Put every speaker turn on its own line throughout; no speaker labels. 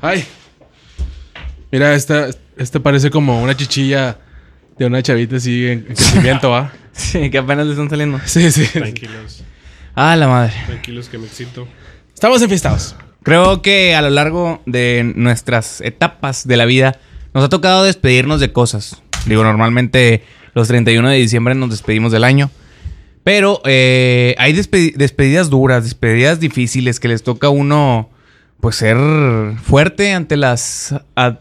Ay. Mira, esta, este parece como una chichilla de una chavita así en, en crecimiento, ¿va?
Sí, que apenas le están saliendo.
Sí, sí.
Tranquilos,
Ah, la madre.
tranquilos que me excito.
Estamos enfiestados.
Creo que a lo largo de nuestras etapas de la vida nos ha tocado despedirnos de cosas. Digo, normalmente los 31 de diciembre nos despedimos del año. Pero eh, hay despedi- despedidas duras, despedidas difíciles que les toca a uno pues ser fuerte ante las ad-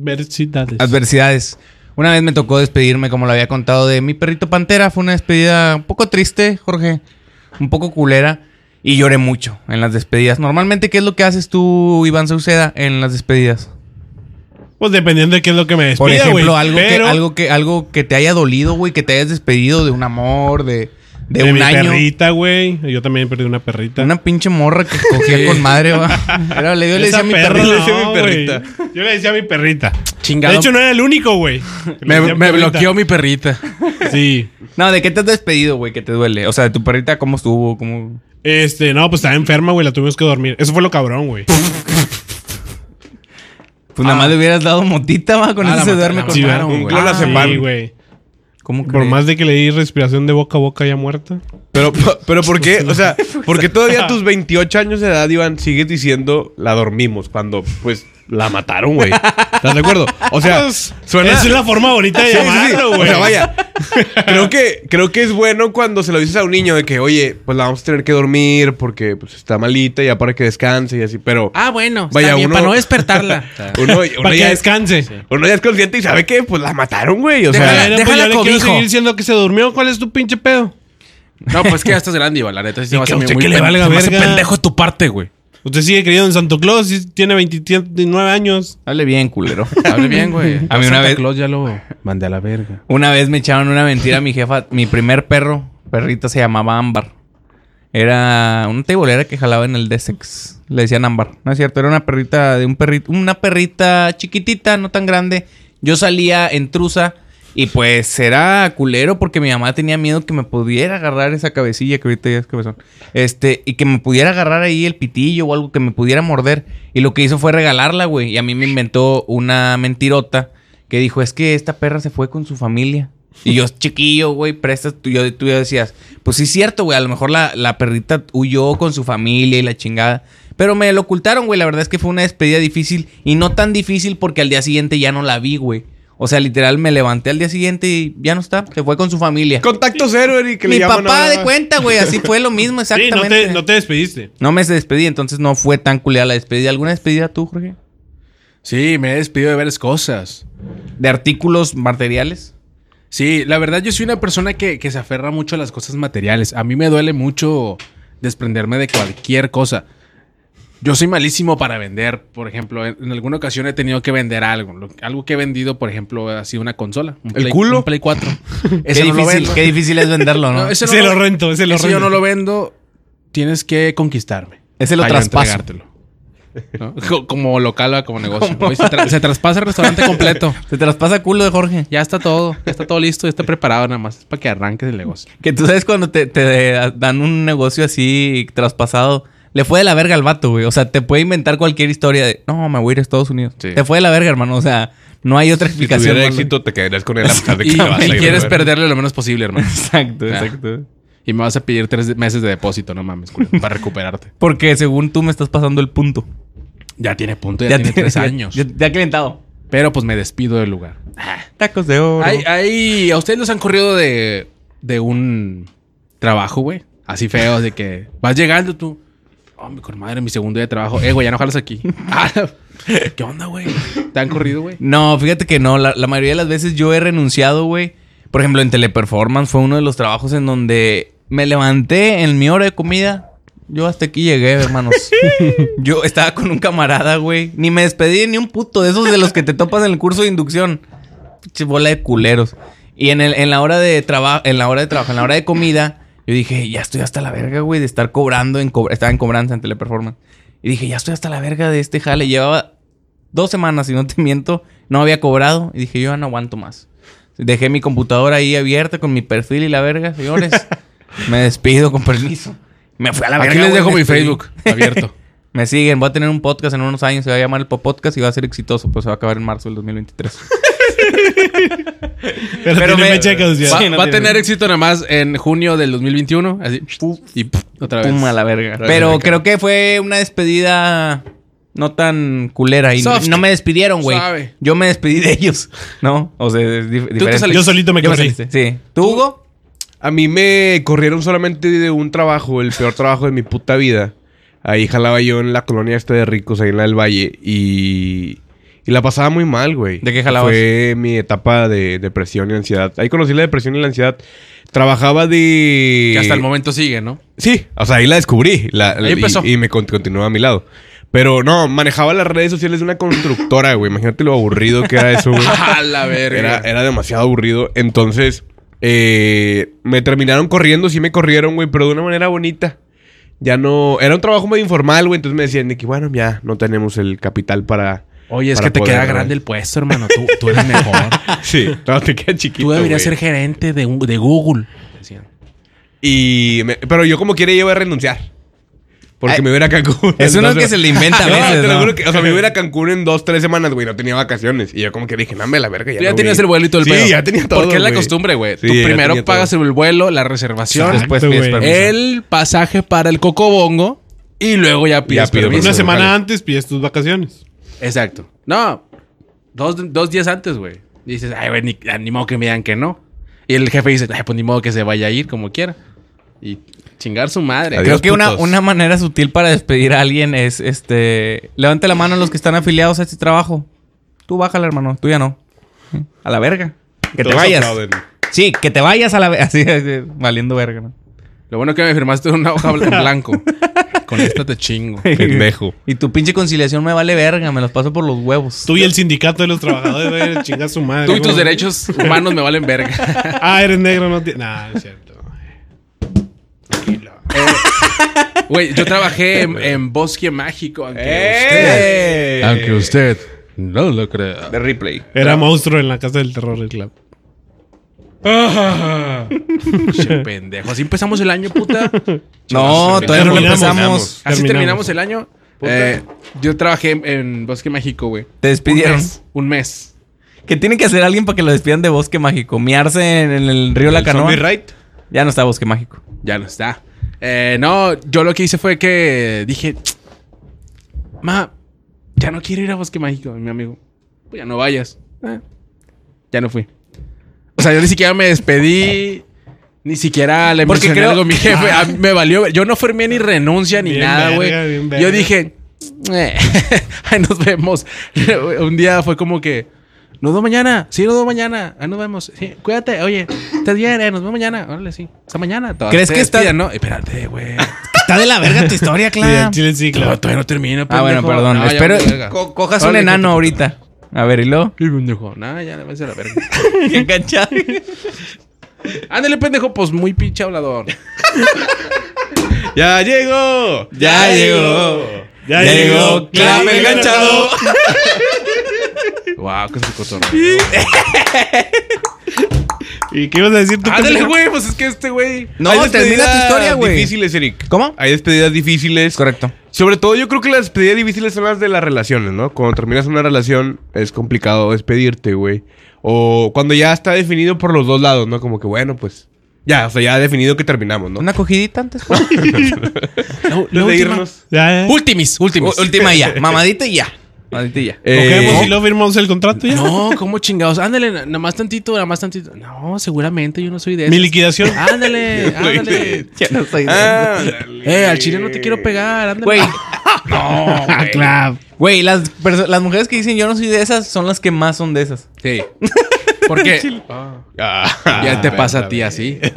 Versidades.
adversidades. Una vez me tocó despedirme, como lo había contado, de mi perrito Pantera. Fue una despedida un poco triste, Jorge. Un poco culera. Y lloré mucho en las despedidas. Normalmente, ¿qué es lo que haces tú, Iván Sauceda, en las despedidas?
Pues dependiendo de qué es lo que me despida,
Por ejemplo,
güey,
algo,
pero
que, algo, que, algo que te haya dolido, güey, que te hayas despedido de un amor, de, de,
de
un
mi
año.
perrita, güey. Yo también perdí una perrita.
Una pinche morra que cogía con madre, va. Era- le, yo le
Esa
decía a mi
perra,
perrito.
no, güey. Yo le decía a mi perrita.
Chingado.
De hecho, no era el único, güey. que le
me,
decía
me
perrita.
bloqueó mi perrita.
Sí.
No, ¿de qué te has despedido, güey, que te duele? O sea, de tu perrita, ¿cómo estuvo? ¿Cómo...?
Este, no, pues estaba enferma, güey. La tuvimos que dormir. Eso fue lo cabrón, güey.
Pues nada más le hubieras dado motita, va, con
Ah,
eso
la
se
mata-
duerme
la
con
mataron,
varo,
güey.
güey.
Ah,
Sí, güey.
¿Cómo
Por más de que le di respiración de boca a boca ya muerta.
Pero, pero ¿por qué? O sea, ¿por qué todavía a tus 28 años de edad, Iván, sigues diciendo la dormimos cuando, pues, la mataron, güey? ¿Estás de acuerdo? O sea, suena...
Ah, pues, Esa es la forma bonita de
Sí, sí, sí.
llamarlo, güey.
O sea, vaya. Creo que, creo que es bueno cuando se lo dices a un niño de que, oye, pues la vamos a tener que dormir porque pues, está malita ya para que descanse y así, pero...
Ah, bueno.
Vaya,
Vaya,
uno-
para no despertarla.
Uno, uno
Para que
ya es,
descanse.
uno ya es consciente y sabe que, pues, la mataron, güey. O
Déjala-
sea...
Bueno, pues
déjala
yo le quiero
cobijo.
seguir diciendo que se durmió. ¿Cuál es tu pinche pedo?
No, pues que ya estás grande, Iván. La neta sí se me hace
que a usted
muy
que le
pen-
valga
se me hace
verga.
pendejo tu parte, güey.
Usted sigue creyendo en Santo Claus y tiene 29 años.
Hable bien, culero.
Hable bien, güey.
A mí una
Yo Santa
vez-
Claus ya lo mandé a la verga.
Una vez me echaron una mentira a mi jefa. Mi primer perro, perrito, se llamaba Ámbar. Era una tebolera que jalaba en el Dessex. Le decían Ámbar. No es cierto, era una perrita de un perrito. Una perrita chiquitita, no tan grande. Yo salía en trusa y pues era culero porque mi mamá tenía miedo que me pudiera agarrar esa cabecilla que ahorita ya es cabezón. Este, y que me pudiera agarrar ahí el pitillo o algo que me pudiera morder. Y lo que hizo fue regalarla, güey. Y a mí me inventó una mentirota que dijo, es que esta perra se fue con su familia. Y yo, chiquillo, güey, prestas, tú, yo, tú ya decías, pues sí es cierto, güey, a lo mejor la, la perrita huyó con su familia y la chingada. Pero me lo ocultaron, güey, la verdad es que fue una despedida difícil y no tan difícil porque al día siguiente ya no la vi, güey. O sea, literal, me levanté al día siguiente y ya no está, se fue con su familia.
Contacto cero, Eric, que le
Mi
llaman
papá
ahora.
de cuenta, güey, así fue lo mismo
Sí, no
exactamente.
te, no te despediste.
No me despedí, entonces no fue tan culera la despedida. ¿Alguna despedida tú, Jorge?
Sí, me he despedido de varias cosas.
¿De artículos materiales?
Sí, la verdad yo soy una persona que, que se aferra mucho a las cosas materiales. A mí me duele mucho desprenderme de cualquier cosa. Yo soy malísimo para vender, por ejemplo, en, en alguna ocasión he tenido que vender algo. Lo- algo que he vendido, por ejemplo, ha sido una consola. Un
¿El
Play,
culo?
Un Play 4.
Qué
Ese no lo
difícil,
vendo.
qué difícil es venderlo, ¿no?
No, ese no
Se lo rento, se lo
ese yo
rento.
no lo vendo. Tienes que conquistarme.
Ese lo
para yo
traspaso.
entregártelo. ¿No? Co- Como local, ah, como negocio. ¿no? Y Se, tra- se traspasa el restaurante completo.
Se traspasa culo de Jorge.
Ya está todo, ya está todo listo, ya está preparado nada más. Es para que arranques el negocio.
Que tú sabes cuando te, te dan un negocio así traspasado, le fue de la verga al vato, güey. O sea, te puede inventar cualquier historia de, no, me voy a ir a Estados Unidos.
Sí.
Te fue de la verga, hermano. O sea, no hay otra
Si
explicación.
tuviera
¿no?
éxito, te quedarías con él a pesar de que
Y,
te vas a
y
ir,
quieres
güey.
perderle lo menos posible, hermano.
Exacto,
Ah.
exacto.
Y me vas a pedir tres meses de depósito, no mames, culo, para recuperarte.
Porque según tú me estás pasando el punto.
Ya tiene punto, ya, tiene
te-
tres
ya-
años.
Ya, ya ha calentado.
Pero pues me despido del lugar.
Tacos de oro.
Ay, ay, ¿A ustedes los han corrido de, de un trabajo, güey? Así feo, de que vas llegando tú. Oh, mi madre, mi segundo día de trabajo. Eh, güey, ya no jalas aquí. Ah, ¿Qué onda, güey? ¿Te han corrido, güey?
No, fíjate que no. La, la mayoría de las veces yo he renunciado, güey. Por ejemplo, en Teleperformance fue uno de los trabajos en donde me levanté en mi hora de comida. Yo hasta aquí llegué, hermanos. yo estaba con un camarada, güey. Ni me despedí ni un puto de esos de los que te topas en el curso de inducción. Pinche bola de culeros. Y en, el, en la hora de trabajo, en la hora de trabajo, en la hora de comida, yo dije, ya estoy hasta la verga, güey, de estar cobrando en cobra- estaba en cobranza en teleperformance. Y dije, ya estoy hasta la verga de este jale. Llevaba dos semanas, si no te miento, no había cobrado. Y dije, yo ya no aguanto más. Dejé mi computadora ahí abierta con mi perfil y la verga, señores. Me despido con permiso. Me fui a la verga.
Aquí les
güey,
dejo
me
mi
despedí.
Facebook abierto.
Me siguen, voy a tener un podcast en unos años, se va a llamar el Popodcast y va a ser exitoso, pero se va a acabar en marzo del 2023.
Pero, tiene
Pero me-
fecha de caducidad.
Va,
Sí, no
va a
tiene
tener
sentido.
éxito nada más en junio del 2021. Así. puf, Y puf, otra vez.
Pum a la verga.
Otra vez en
Pero
la
creo que fue una despedida no tan culera y
Soft.
no me despidieron, güey.
Suave.
Yo me despedí de ellos, ¿no? O sea, es dif- diferente.
saliste.
Yo solito me
Yo
corrí.
saliste, Sí. ¿Tú, Hugo?
A mí me corrieron solamente de un trabajo, el peor trabajo de mi puta vida. Ahí jalaba yo en la colonia este de ricos, ahí en la del Valle. Y, y la pasaba muy mal, güey.
¿De qué jalabas?
Fue mi etapa de depresión y ansiedad. Ahí conocí la depresión y la ansiedad. Trabajaba de...
Que hasta el momento sigue, ¿no?
Sí, o sea, ahí la descubrí. la-
Ahí
y-
empezó.
Y, me con- continuó a mi lado. Pero no, manejaba las redes sociales de una constructora, güey. Imagínate lo aburrido que era eso, güey.
A la verga.
Era, era demasiado aburrido. Entonces, eh, me terminaron corriendo, sí me corrieron, güey, pero de una manera bonita. Ya no. Era un trabajo medio informal, güey. Entonces me decían de que, bueno, ya no tenemos el capital para.
Oye, es
para
que te
poder,
queda
güey.
grande el puesto, hermano. Tú, tú eres mejor.
Sí, no, te queda chiquito.
tú deberías
güey.
ser gerente de, un- de Google. Decían.
Y me- pero yo, como quiera, yo iba a renunciar. Porque
Eh,
Ay,
me iba a ir a Cancún.
Es uno
Entonces-
que se le inventa a
No,
veces,
te lo
¿no?
juro que, o sea, me iba a ir a Cancún en dos, tres semanas, güey. No tenía vacaciones. Y yo, como que dije, no, me la verga. Ya,
Ya
no
tenías
voy".
el vuelo y todo el
sí,
pedo.
ya tenía todo.
Porque es la
güey.
costumbre, güey.
Sí,
Tú
ya
primero
tenía
pagas
todo.
el vuelo, la reservación,
Exacto,
Después
güey.
pides permiso.
el pasaje para el cocobongo y luego ya pides
Ya pido
permiso.
permiso.
Una
güey.
semana
ojalá.
antes pides tus vacaciones.
Exacto. No, dos, dos días antes, güey. Dices, ay, güey, ni, ah, ni modo que me digan que no. Y el jefe dice, ay, pues ni modo que se vaya a ir como quiera. Y chingar su madre.
Adiós,
Creo que una,
putos.
una manera sutil para despedir a alguien es este. Levante la mano los que están afiliados a este trabajo. Tú bájala, hermano. Tú ya no. A la verga. Que te
Todos
vayas.
aplauden.
Sí, que te vayas a la verga. Así, así, valiendo verga, ¿no?
Lo bueno que me firmaste una hoja en blanco. Con esta te chingo.
Pendejo.
Y tu pinche conciliación me vale verga. Me los paso por los huevos.
Tú y el sindicato de los trabajadores, güey, chinga su madre.
Tú y tus
güey.
derechos humanos me valen verga.
Ah, eres negro, no tienes. Nah, es cierto.
Güey, yo trabajé en, en Bosque Mágico. Aunque usted,
¡Eh!
aunque usted no lo crea.
De replay.
Era monstruo en la casa del terror del club.
Che, pendejo. Así empezamos el año, puta.
No, todavía no
Terminamos.
empezamos.
Así
Terminamos.
terminamos el año. Eh, yo trabajé en, en Bosque Mágico, güey.
Te despidieron.
Un mes. Un mes.
¿Qué tiene que hacer alguien para que lo despidan de Bosque Mágico? ¿Miarse en, en el río La Canoa?
Zombie Right.
Ya no está Bosque Mágico.
Ya no está. Eh, no, yo lo que hice fue que dije, ma, ya no quiero ir a Bosque Mágico, mi amigo. Pues ya no vayas. Eh, ya no fui. O sea, yo ni siquiera me despedí, ni siquiera le
Porque
mencioné
creo-
algo a mi jefe. A mí me valió. Yo no firmé ni renuncia ni
Ah. Bien
nada,
verga,
güey.
bien verga.
Yo dije, eh, ahí nos vemos. Un día fue como que, nos vemos mañana. Sí, nos vemos mañana. Ahí nos vemos. Sí, cuídate. Oye, estás bien, eh, nos vemos mañana. Órale, sí. Hasta mañana. Todavía
¿Crees
te
que está-
despiden, no? Espérate, güey.
Está de la verga tu historia,
Sí, en Chile sí,
Claro,
claro.
todavía no termino,
Ah, bueno,
pendejo.
perdón.
No, ya
Espero.
valió verga.
co- cojas un
Órale,
enano
hijo de tu
ahorita. A ver, ¿y luego?
puta. Y pendejo. No, ya le voy a la verga.
Enganchado.
Ándale, pendejo, pues muy pinche hablador.
¡Ya llegó!
Ya llegó. Ya llegó, clave enganchado.
Guau, con su cotorreo.
¿Y qué ibas a decir tú?
Ándale,
pendejo?
güey, pues es que este güey.
No,
Hay
termina tu
despedidas
historia, güey.
Difíciles, Eric.
¿Cómo?
Hay despedidas difíciles.
Es correcto.
Sobre todo, yo creo que las despedidas difíciles son las de las relaciones, ¿no? Cuando terminas una relación, es complicado despedirte, güey. O cuando ya está definido por los dos lados, ¿no? Como que, bueno, pues. Ya, o sea, ya ha definido que terminamos, ¿no?
Una cogidita antes. pues.
No,
Antes de irnos.
Ya, ya.
Ultimis, ultimis.
U- Última y ya. Mamadita y ya. Mamadita y ya.
Eh,
Cogemos y pues, luego firmamos el contrato ya.
No, ¿cómo chingados? Ándale, na- nada más tantito, nada más tantito. No, seguramente yo no soy de eso.
Mi liquidación.
Ah, Ándale, ándale.
Ya no soy
ah,
Eh, al chile no te quiero pegar, ándale.
Güey.
no.
Ah, claro.
Güey, las, perso- las mujeres que dicen yo no soy de esas son las que más son de esas.
Sí. Porque
ah,
ya te pasa a ti así. Se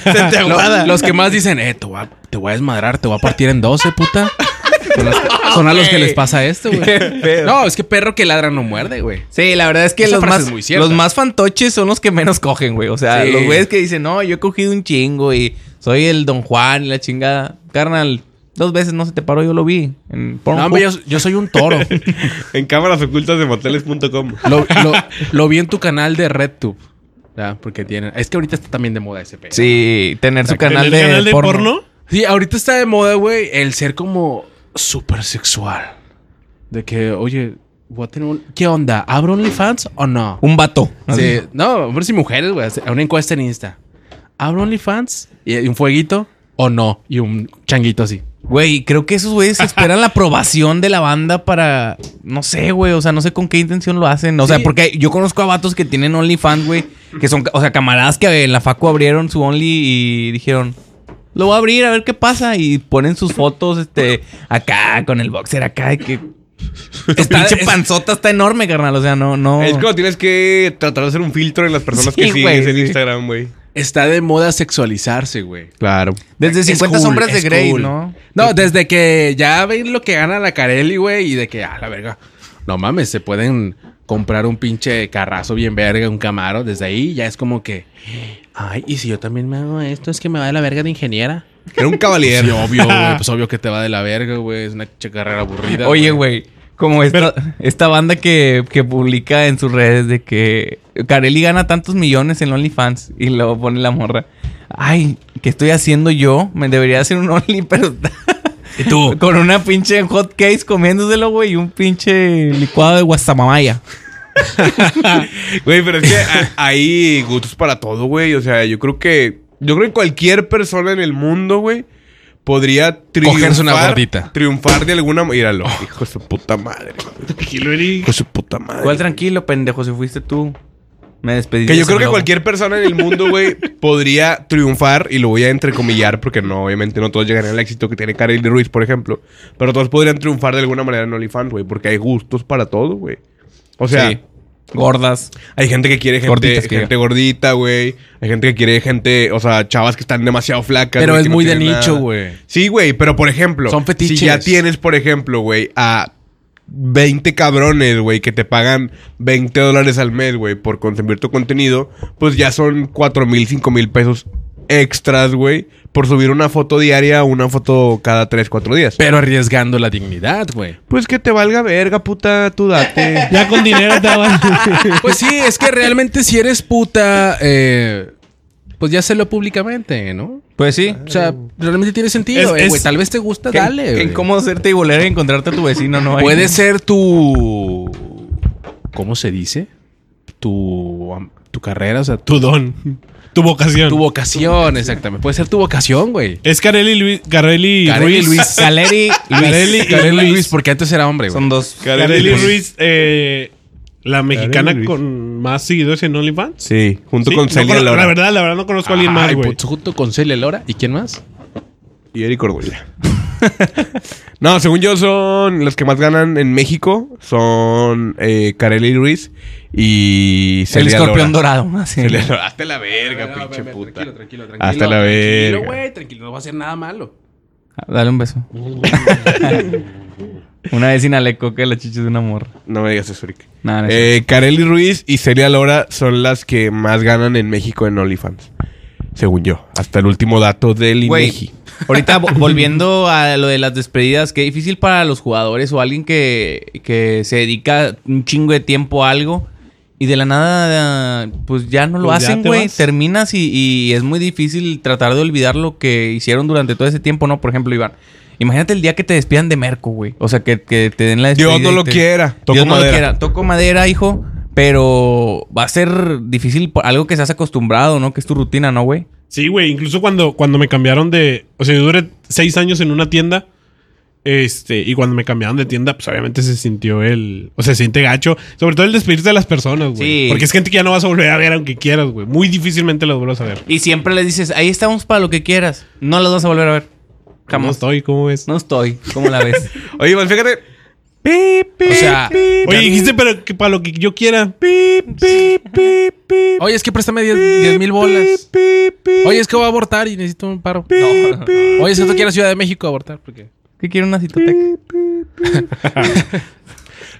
te
aguada.
los que más dicen, eh, te voy, a, te voy a desmadrar, te voy a partir en 12, puta. Son, las- son a los que les pasa esto, güey. No, es que perro que ladra no muerde, güey.
Sí, la verdad es que
Esa
los
frase
más,
es muy cierta.
los más fantoches son los que menos cogen, güey. O sea,
Sí.
los güeyes que dicen, no, yo he cogido un chingo y soy el Don Juan y la chingada. Carnal, dos veces no se te paró, yo lo vi. En Pornhub.
No, hombre, yo, yo soy un toro.
En cámaras ocultas de moteles.com.
Lo, lo- lo vi en tu canal de RedTube. ¿verdad? Porque tienen. Es que ahorita está también de moda ese pedo.
Sí, tener su
¿En
canal
el
de,
canal de porno?
Sí, ahorita está de moda, güey, el ser como súper sexual. De que, oye, voy a tener un- ¿Qué onda? ¿Abro OnlyFans o no?
Un vato.
Sí,
Así.
no, hombres y mujeres, güey. hace- Una encuesta en Insta. ¿Abro OnlyFans? ¿Y un fueguito o no? Y un changuito así.
Güey, creo que esos güeyes esperan la aprobación de la banda para. No sé, güey. O sea, no sé con qué intención lo hacen. O sea,
Sí.
porque yo conozco a vatos que tienen OnlyFans, güey. Que son, o sea, camaradas que en la Facu abrieron su Only y dijeron. Lo voy a abrir a ver qué pasa. Y ponen sus fotos, este, acá, con el boxer acá. Y que. Esta pinche panzota está enorme, carnal. O sea, no, no.
Es como tienes que tratar de hacer un filtro en las personas
Sí,
que sigues
güey,
en
sí.
Instagram, güey.
Está de moda sexualizarse, güey.
Claro.
Desde
Es
50
cool,
sombras de
es
Grey,
cool.
¿no?
No, desde que ya ven lo que gana la Carelli, güey, y de que, ah, la verga. No mames, se pueden comprar un pinche carrazo bien verga, un camaro. Desde ahí ya es como que, ay, y si yo también me hago esto, es que me va de la verga de ingeniera.
Era un
Sí,
caballero.
obvio, güey, pues obvio que te va de la verga, güey. Es una pinche carrera aburrida.
Oye, güey. Como esta, esta banda que, que publica en sus redes de que Carelli gana tantos millones en OnlyFans y luego pone la morra. Ay, ¿qué estoy haciendo yo? Me debería hacer un Only, pero está
¿Y
Oh.
tú?
con una pinche hot case comiéndoselo, güey, y un pinche licuado de guasamamaya.
Güey, pero es que a- hay gustos para todo, güey. O sea, yo creo que. Yo creo que cualquier persona en el mundo, güey, podría triunfar.
Cogerse una gordita.
Triunfar de alguna manera. Míralo. Hijo de su puta madre. güey.
Tranquilo, Eric.
Hijo de su puta madre.
¿Cuál tranquilo, pendejo? Si fuiste tú, me despedí.
Que yo creo que cualquier persona en el mundo, güey, podría triunfar, y lo voy a entrecomillar porque no, obviamente no todos llegarían al éxito que tiene Karel de Ruiz, por ejemplo. Pero todos podrían triunfar de alguna manera en OnlyFans, güey, porque hay gustos para todo, güey. O sea,
Sí. Gordas.
hay gente que quiere gente,
Gorditas que
gente gordita, güey. Hay gente que quiere gente, o sea, chavas que están demasiado flacas.
Pero
güey,
es
que no
muy de
tienen
nicho,
nada.
güey.
Sí, güey, pero por ejemplo,
Son fetiches.
si ya tienes, por ejemplo, güey, a 20 cabrones, güey, que te pagan 20 dólares al mes, güey, por consumir tu contenido, pues ya son 4 mil, 5 mil pesos extras, güey, por subir una foto diaria, una foto cada 3, 4 días.
Pero arriesgando la dignidad, güey.
Pues que te valga verga, puta, tú date.
Ya con dinero te va.
Pues sí, es que realmente si eres puta, eh, pues ya hazlo públicamente, ¿no?
Pues sí.
O sea, realmente tiene sentido,
Es-
eh,
es-
güey. Tal vez te gusta,
Qué-
dale.
Qué
güey.
incómodo serte y volver a encontrarte a tu vecino, ¿no? Ahí.
Puede ser tu. ¿Cómo se dice? Tu, am- tu carrera, o sea, tu,
Tu don. Tu vocación.
tu vocación, exactamente. Puede ser tu vocación, güey.
Es Carelli Luis. Carelli
Carelli
Ruiz.
Luis.
Caleri,
Carelli y
Karen
Luis.
Luis, porque antes era hombre, güey.
Son dos.
Carelli Ruiz, eh, la mexicana
Carelli Ruiz.
con más seguidores en OnlyFans.
Sí, junto
Sí,
con
no
Celia
cono-
Lora
La verdad, la verdad no conozco a alguien más,
Ay,
güey.
pues, junto con Celia Lora. ¿Y quién más?
y Eric Orduña. no, según yo son los que más ganan en México son eh, Carelli Ruiz y
el
Celia
escorpión
Lora.
dorado. así.
Celia Lora. Hazte la verga, pinche puta. Hasta la
Tranquilo,
verga.
güey, tranquilo, no va a hacer nada malo.
Dale un beso. una vez le coca la chicha de una morra.
No me digas eso, Rick.
No, no es
Eh, Carelli Ruiz y Celia Lora son las que más ganan en México en OnlyFans. Según yo. Hasta el último dato del
Güey,
INEGI.
ahorita vo- volviendo a lo de las despedidas, qué difícil para los jugadores o alguien que, que se dedica un chingo de tiempo a algo y de la nada, pues ya no lo
Pues ya
hacen,
te
güey.
vas.
Terminas y, y es muy difícil tratar de olvidar lo que hicieron durante todo ese tiempo, ¿no? Por ejemplo, Iván, imagínate el día que te despidan de Merco, güey. O sea, que, que te den la despedida.
Dios no
y
lo
te-
quiera. Toco
Dios no lo
madera.
quiera. Toco madera, hijo. Pero va a ser difícil por algo que se has acostumbrado, ¿no? Que es tu rutina, ¿no, güey?
Sí, güey. Incluso cuando, cuando me cambiaron de. O sea, yo duré seis años en una tienda. Este, y cuando me cambiaron de tienda, pues obviamente se sintió el. O sea, se siente gacho. Sobre todo el despedirte de las personas, güey.
Sí.
Porque es gente que ya no vas a volver a ver aunque quieras, güey. Muy difícilmente las vuelvas a ver.
Y siempre le dices, ahí estamos para lo que quieras. No las vas a volver a ver.
¿Cómo
Jamás.
estoy? ¿Cómo ves?
No estoy. ¿Cómo la ves?
Oye, Iván, fíjate. Pip, pip,
O sea,
pip,
Oye, dijiste, pero que para lo que yo quiera.
pip, pip, pip, pip.
Oye, es que préstame 10 mil bolas. Oye, es que voy a abortar y necesito un paro.
No, no.
Oye, si tú quieres Ciudad de México a abortar, porque.
¿Qué quiere una citoteca?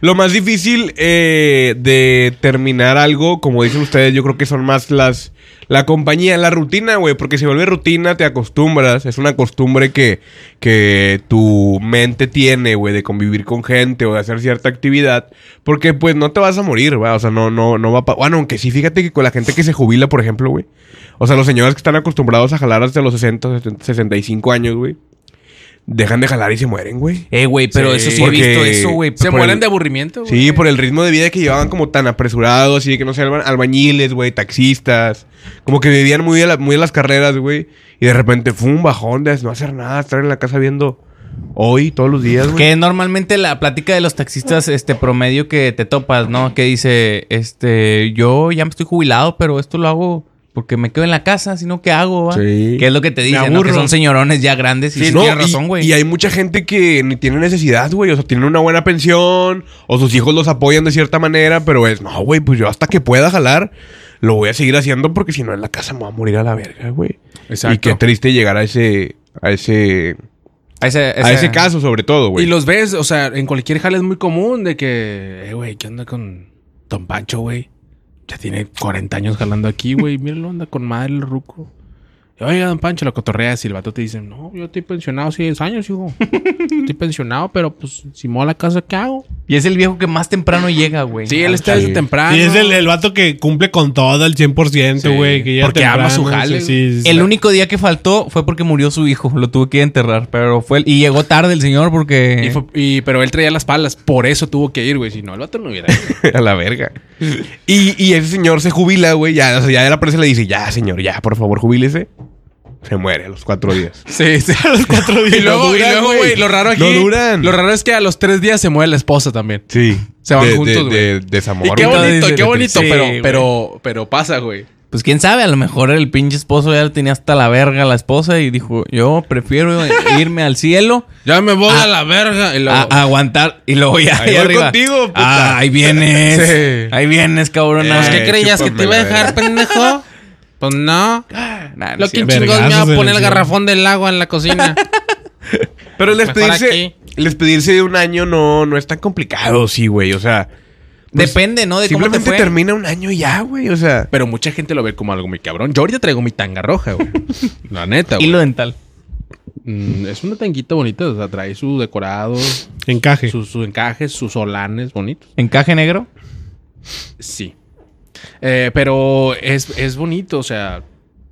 Lo más difícil eh, de terminar algo, como dicen ustedes, yo creo que son más las... La compañía, la rutina, güey, porque se vuelve rutina, te acostumbras, es una costumbre que, que tu mente tiene, güey, de convivir con gente o de hacer cierta actividad, porque pues no te vas a morir, güey, o sea, no, no, no va a... Bueno, aunque sí, fíjate que con la gente que se jubila, por ejemplo, güey, o sea, los señores que están acostumbrados a jalar hasta los 60, 70, 65 años, güey, dejan de jalar y se mueren, güey.
Eh, güey, pero
Sí,
eso sí he
porque-
visto eso, güey.
Se
Se
por
mueren
el-
de aburrimiento, güey.
Sí, por el ritmo de vida que llevaban como tan apresurados, así de que no sé, alba- albañiles, güey, taxistas. Como que vivían muy a, la- muy a las carreras, güey. Y de repente fue un bajón de no hacer nada, estar en la casa viendo hoy, todos los días, güey.
Que es normalmente la plática de los taxistas, este promedio que te topas, ¿no? Que dice, este, yo ya me estoy jubilado, pero esto lo hago porque me quedo en la casa, sino que hago, va?
Sí.
Que es lo que te dicen, ¿no? Que
aburro.
son señorones ya grandes y sí,
no,
tienes
y-
razón, güey.
Y hay mucha gente que ni tiene necesidad, güey. O sea, tienen una buena pensión, o sus hijos los apoyan de cierta manera, pero es, no, güey, pues yo hasta que pueda jalar, lo voy a seguir haciendo porque si no en la casa me voy a morir a la verga, güey.
Exacto.
Y qué triste llegar a ese, a ese,
A ese,
a ese caso sobre todo, güey.
Y los ves, o sea, en cualquier jale es muy común de que, eh, güey, ¿qué onda con Don Pancho, güey? Ya tiene 40 años jalando aquí, güey. Míralo, anda con madre el ruco. Y, Oiga, Don Pancho, lo cotorreas y el vato te dice, no, yo estoy pensionado hace 10 años, hijo. Estoy pensionado, pero pues, si mola la casa, ¿qué hago?
Y es el viejo que más temprano llega, güey.
Sí, él está
Sí.
desde temprano.
Y es el, el vato que cumple con todo al 100%, güey. que ya
Porque ama su jale,
sí, sí,
El
sí.
único día que faltó fue porque murió su hijo. Lo tuvo que enterrar, pero fue... el- Y llegó tarde el señor porque...
Y fue- y- pero él traía las palas, por eso tuvo que ir, güey. Si no, el vato no hubiera ido.
a la verga. Y, y ese señor se jubila, güey. Ya, o sea, ya la prensa le dice, ya, señor, ya, por favor, jubílese. Se muere a los cuatro días.
Sí, sí.
A los cuatro días.
Y luego,
duran,
y luego,
güey.
güey, lo raro aquí.
No duran.
Lo raro es que a los tres días se muere la esposa también.
Sí.
Se van juntos,
de,
güey.
de- desamor.
Y qué
güey.
bonito, qué bonito,
Sí,
pero,
güey.
pero, pero pasa, güey.
Pues quién sabe, a lo mejor el pinche esposo ya le tenía hasta la verga a la esposa y dijo, yo prefiero irme al cielo
Ya me voy a la verga. Y luego,
a, a aguantar y luego ya
Ahí
ahí
voy
arriba.
contigo, puta.
Ah, ahí vienes.
Sí.
Ahí vienes, cabrón.
Pues,
Eh,
¿qué creías, que te iba a dejar,
pendejo? Pues no.
Nah, no
Lo
es
que
cierto.
chingón me
chingón me
va a
va
Vergazos en
a
el poner el
poner el
cielo. garrafón
garrafón del agua en la cocina.
Pero el
Mejor
despedirse,
aquí.
el despedirse de un año no, no es tan complicado, sí, güey. O sea, pues,
Depende, ¿no? De cómo te
simplemente
fue.
termina un año y ya, güey. O sea,
Pero mucha gente lo ve como algo muy cabrón. Yo ahorita traigo mi tanga roja, güey. La neta, güey.
Hilo dental.
Mm, es una tanguita bonita. O sea, trae su decorado,
Encaje.
sus, sus encajes, sus solanes bonitos.
Encaje negro.
Sí. Eh, pero es, es bonito, o sea,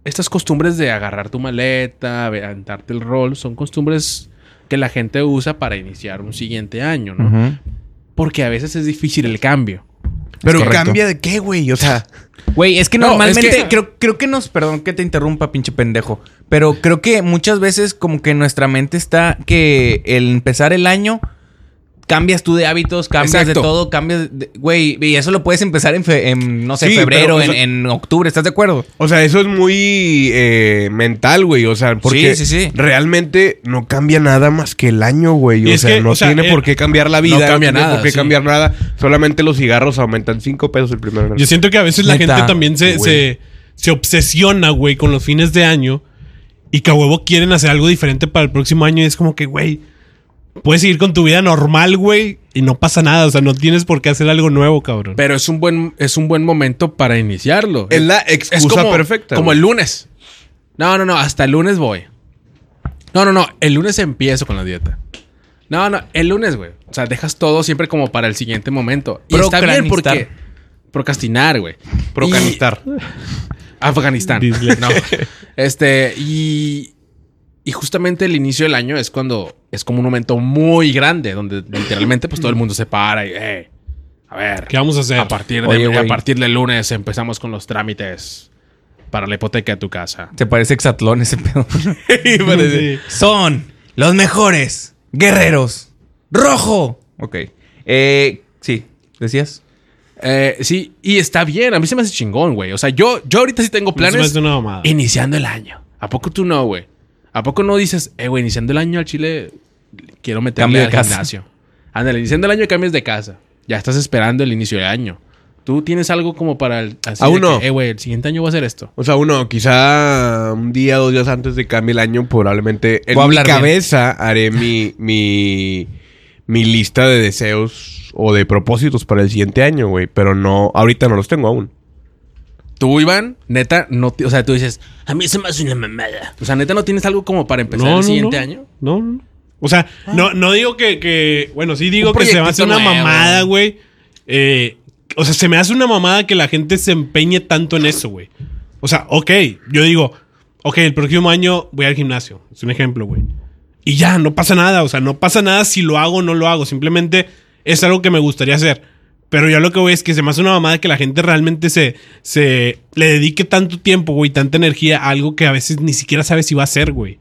estas costumbres de agarrar tu maleta, aventarte el rol, son costumbres que la gente usa para iniciar un siguiente año, ¿no? Porque a veces es difícil el cambio.
pero
correcto.
cambia de qué, güey. O sea,
Güey, es que
No, es
normalmente
que-
Creo, creo que nos, perdón que te interrumpa, pinche pendejo, pero creo que muchas veces como que en nuestra mente está que el empezar el año cambias tú de hábitos, cambias de
Exacto.
todo, cambias, de- güey, y eso lo puedes empezar en, fe- en, no sé,
Sí, pero,
febrero,
o
en,
sea-
en octubre, ¿estás de acuerdo?
O sea, eso es muy eh, mental, güey. O sea, porque
Sí, sí, sí.
realmente no cambia nada más que el año, güey.
Y
O
es
sea,
que,
no
o sea,
tiene
el-
por qué cambiar la vida.
no cambia
tiene
nada,
por qué
sí.
cambiar nada. Solamente los cigarros aumentan 5 pesos el primer año.
Yo siento que a veces la
Neta,
gente también se,
güey.
se, se obsesiona, güey, con los fines de año y que a huevo quieren hacer algo diferente para el próximo año y es como que, güey, puedes seguir con tu vida normal, güey, y no pasa nada, o sea, no tienes por qué hacer algo nuevo, cabrón.
Pero es un buen, es un buen momento para iniciarlo.
Es la excusa
como,
perfecta.
Como
güey.
el lunes. No, no, no, hasta el lunes voy. No, no, no, el lunes empiezo con la dieta. No, no, el lunes, güey. O sea, dejas todo siempre como para el siguiente momento. Y está
Procranistar.
bien porque procrastinar, güey.
Procanistar.
Y- Afganistán.
Dislexia.
No. Este, y y justamente el inicio del año es cuando es como un momento muy grande donde literalmente pues todo el mundo se para y "Eh, a ver,
¿Qué vamos a hacer?
a partir, de,
Oye,
a
güey.
partir del lunes empezamos con los trámites para la hipoteca de tu casa.
Se parece exatlón ese pedo.
parece.
Son los mejores guerreros. Rojo. Ok. Eh, sí, decías.
Eh, sí, y está bien. A mí se me hace chingón, güey. O sea, yo, yo ahorita sí tengo
No se me
planes
hace una mamada.
iniciando el año. ¿A poco tú no, güey? ¿A poco no dices, eh, güey, iniciando el año al Chile quiero meterme
Cambio de
al
casa.
gimnasio? Ándale, iniciando el año cambias de casa. Ya estás esperando el inicio del año. Tú tienes algo como para el... así de
Aún no.
que, eh, güey, el siguiente año voy a hacer esto.
O sea, uno, quizá un día, dos días antes de que cambie el año, probablemente en
Voy a
mi
hablar bien.
cabeza haré mi, mi, mi lista de deseos o de propósitos para el siguiente año, güey. Pero no, ahorita no los tengo aún.
Tú, Iván, neta, no. ti- O sea, tú dices, a mí se me hace una mamada. O sea, neta, no tienes algo como para empezar el siguiente
no.
año.
No, no. O sea, no, no digo que, que- Bueno, sí digo
Un
que se me hace
proyectito
una
nuevo.
mamada, güey. Eh, o sea, se me hace una mamada que la gente se empeñe tanto en eso, güey. O sea, ok, yo digo, ok, el próximo año voy al gimnasio. Es un ejemplo, güey. Y ya, no pasa nada. O sea, no pasa nada si lo hago o no lo hago. Simplemente es algo que me gustaría hacer. Pero ya lo que voy es que se me hace una mamada que la gente realmente se, se le dedique tanto tiempo, güey, tanta energía a algo que a veces ni siquiera sabe si va a ser, güey.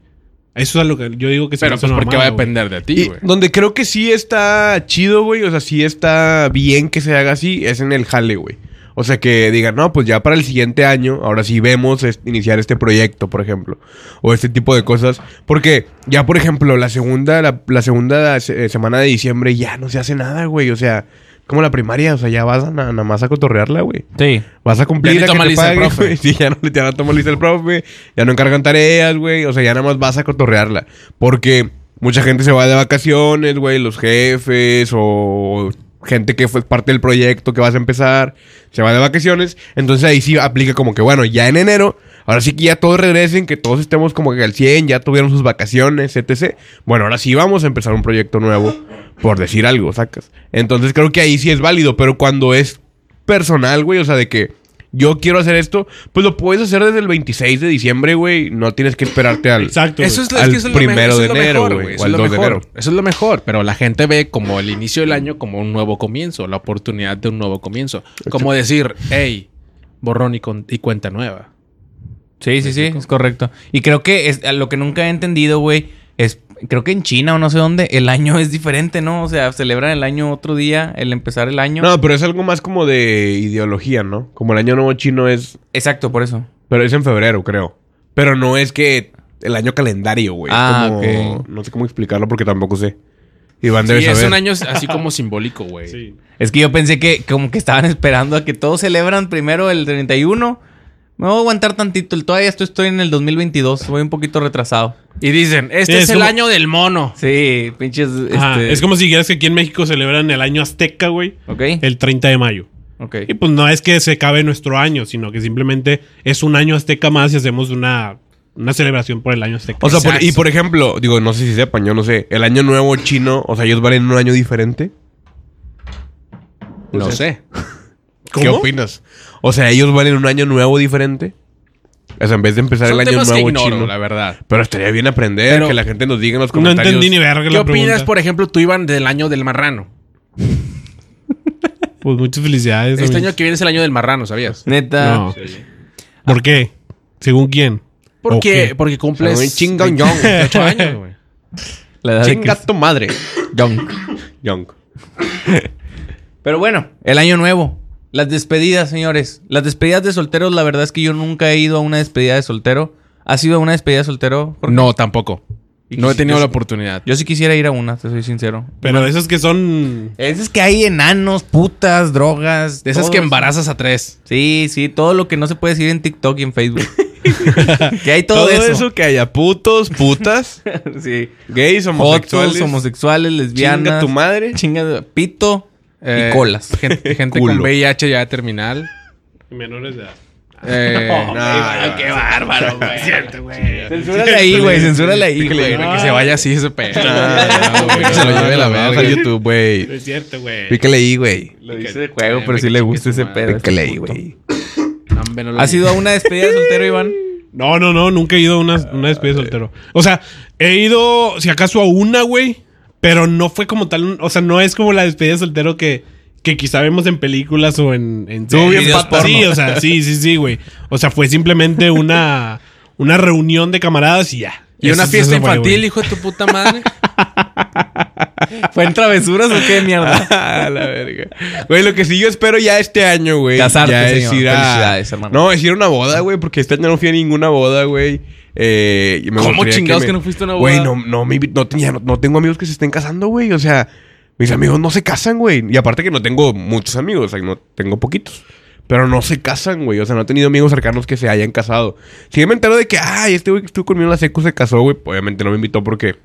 Eso es a lo que yo digo que se me
Pero
hace
pues
una
porque va a
mamada, güey.
depender de ti,
Y
güey.
donde creo que sí está chido, güey. O sea, sí está bien que se haga así, es en el jale, güey. O sea, que digan, no, pues ya para el siguiente año, ahora sí vemos es- iniciar este proyecto, por ejemplo. O este tipo de cosas. Porque ya, por ejemplo, la segunda, la, la segunda se- eh, semana de diciembre ya no se hace nada, güey. O sea, como la primaria, o sea, ya vas a na- nada más a cotorrearla, güey.
Sí.
Vas a cumplir
Ya ni
la que
toma
te
lista el
paguen,
profe.
güey. Sí, ya no, ya no toma lista el profe. Ya no encargan tareas, güey. O sea, ya nada más vas a cotorrearla. Porque mucha gente se va de vacaciones, güey. Los jefes o gente que fue parte del proyecto que vas a empezar. Se va de vacaciones. Entonces ahí sí aplica como que, bueno, ya en enero. Ahora sí que ya todos regresen, que todos estemos como que al 100, ya tuvieron sus vacaciones, etc. Bueno, ahora sí vamos a empezar un proyecto nuevo, por decir algo, sacas. Entonces creo que ahí sí es válido, pero cuando es personal, güey. O sea, de que yo quiero hacer esto, pues lo puedes hacer desde el 26 de diciembre, güey. No tienes que esperarte al.
Exacto.
Eso
güey.
es, lo- es
Al
que eso es lo me-
primero
eso
de
es lo
enero,
mejor,
güey,
güey.
o
Eso
al
es lo
2 de
mejor.
enero.
Eso es lo mejor. Pero la gente ve como el inicio del año como un nuevo comienzo, la oportunidad de un nuevo comienzo. Como decir, hey, borrón y, con- y cuenta nueva.
Sí, sí, sí, es correcto. Y creo que es, a lo que nunca he entendido, güey, es creo que en China o no sé dónde el año es diferente, ¿no? O sea, celebran el año otro día, el empezar el año.
No, pero es algo más como de ideología, ¿no? Como el año nuevo chino es.
Exacto, por eso.
Pero es en febrero, creo. Pero no es que el año calendario, güey. Es
Ah,
como-
ok.
No sé cómo explicarlo porque tampoco sé. Iván
Sí,
debe
es
saber.
un año así como simbólico, güey.
Sí.
Es que yo pensé que como que estaban esperando a que todos celebran primero el 31. Me voy a aguantar tantito, el- todavía esto estoy en el 2022, voy un poquito retrasado.
Y dicen, este
Sí,
es,
es
el
como-
año del mono.
Sí, pinches
Ajá,
este,
Es como si dijeras que aquí en México celebran el año azteca, güey,
Ok,
el 30 de mayo.
ok.
Y pues no es que se acabe nuestro año, sino que simplemente es un año azteca más y hacemos una, una celebración por el año azteca.
O sea, por- y
Exacto.
por ejemplo, digo, no sé si sepan, yo no sé. El año nuevo chino, o sea, ellos van en un año diferente.
No
Pues,
sé.
¿Qué
¿Cómo?
opinas? O sea, ellos van en un año nuevo diferente. O sea, en vez de empezar
Son
el año
temas
nuevo
que ignoro,
chino.
la verdad.
Pero estaría bien aprender,
Pero-
que la gente nos diga en los
no
comentarios.
entendí ni verga
¿Qué
la
opinas,
pregunta.
por ejemplo, tú, Iván, del año del marrano?
Pues muchas felicidades.
Este
amigos.
año que viene es el año del marrano, ¿sabías?
Neta.
No. ¿Por qué? ¿Según quién? ¿O
¿Por qué?
qué?
Porque
Pero un
cumples
chingón yong.
8 años, güey.
La edad de
Chinga
Cristo.
tu madre. Yong.
Pero bueno, el año nuevo. Las despedidas, señores. Las despedidas de solteros, la verdad es que yo nunca he ido a una despedida de soltero. ¿Has ido a una despedida de soltero? Jorge?
No, tampoco.
Y
No he
quisi-
tenido
yo-
la oportunidad.
Yo sí quisiera ir a una, te soy sincero.
Pero de esas que son...
Es es que hay enanos, putas, drogas.
De esas
todo
que
eso.
embarazas a tres.
Sí, sí, todo lo que no se puede decir en TikTok y en Facebook. que hay todo,
Todo, eso.
eso.
que haya putos, putas,
sí.
gays, homosexuales.
Homosexuales, homosexuales, lesbianas.
Chinga tu madre.
Chinga, pito
Eh,
y colas.
Gente, gente
Culo.
con VIH ya terminal.
Menores de edad. Ah,
Eh,
Nah,
qué bárbaro, güey. Cierto, güey.
Censúrale ahí, güey, censúrale ahí, güey.
Que se vaya así ese pedo. No, güey,
güey,
que se lo lleve la
no,
verga.
baja YouTube,
No
güey.
es cierto, güey.
Pícale ahí, güey.
Lo dice de juego, pero sí
que
le
chingue
gusta
su
ese
madre.
pedo.
Pícale ahí, güey.
No, hombre, no lo
¿Has
digo.
ido a una despedida de soltero, Iván?
No, no, no, nunca he ido a una,
Ah,
una despedida de soltero. O sea, he ido, si acaso, a una, güey. Pero no fue como tal. un- O sea, no es como la despedida de soltero que, que quizá vemos en películas o en. en
Tú bien
series.
pato.
Sí, o sea, sí, sí, sí, güey. O sea, fue simplemente una, una reunión de camaradas y ya.
Y una
Eso-
fiesta
eso fue,
infantil,
güey.
hijo de tu puta madre.
¿Fue en travesuras o qué mierda?
Ah, la verga. Güey, lo que sí yo espero ya este año, güey.
Casarte,
ya
señor.
Es ir a...
Felicidades, hermano.
No, es ir a una boda, güey, porque este año no fui a ninguna boda, güey. Eh, y me
¿Cómo
gustaría
chingados
me-
que no fuiste a una
Güey,
boda?
no, no, mi- no, tenía- no- no tengo amigos que se estén casando, güey. O sea, mis amigos no se casan, güey. Y aparte que no tengo muchos amigos, o sea, no tengo poquitos. Pero no se casan, güey. O sea, no he tenido amigos cercanos que se hayan casado. Si yo me entero de que, ay, este güey que estuvo conmigo en la secu se casó, güey. Obviamente no me invitó porque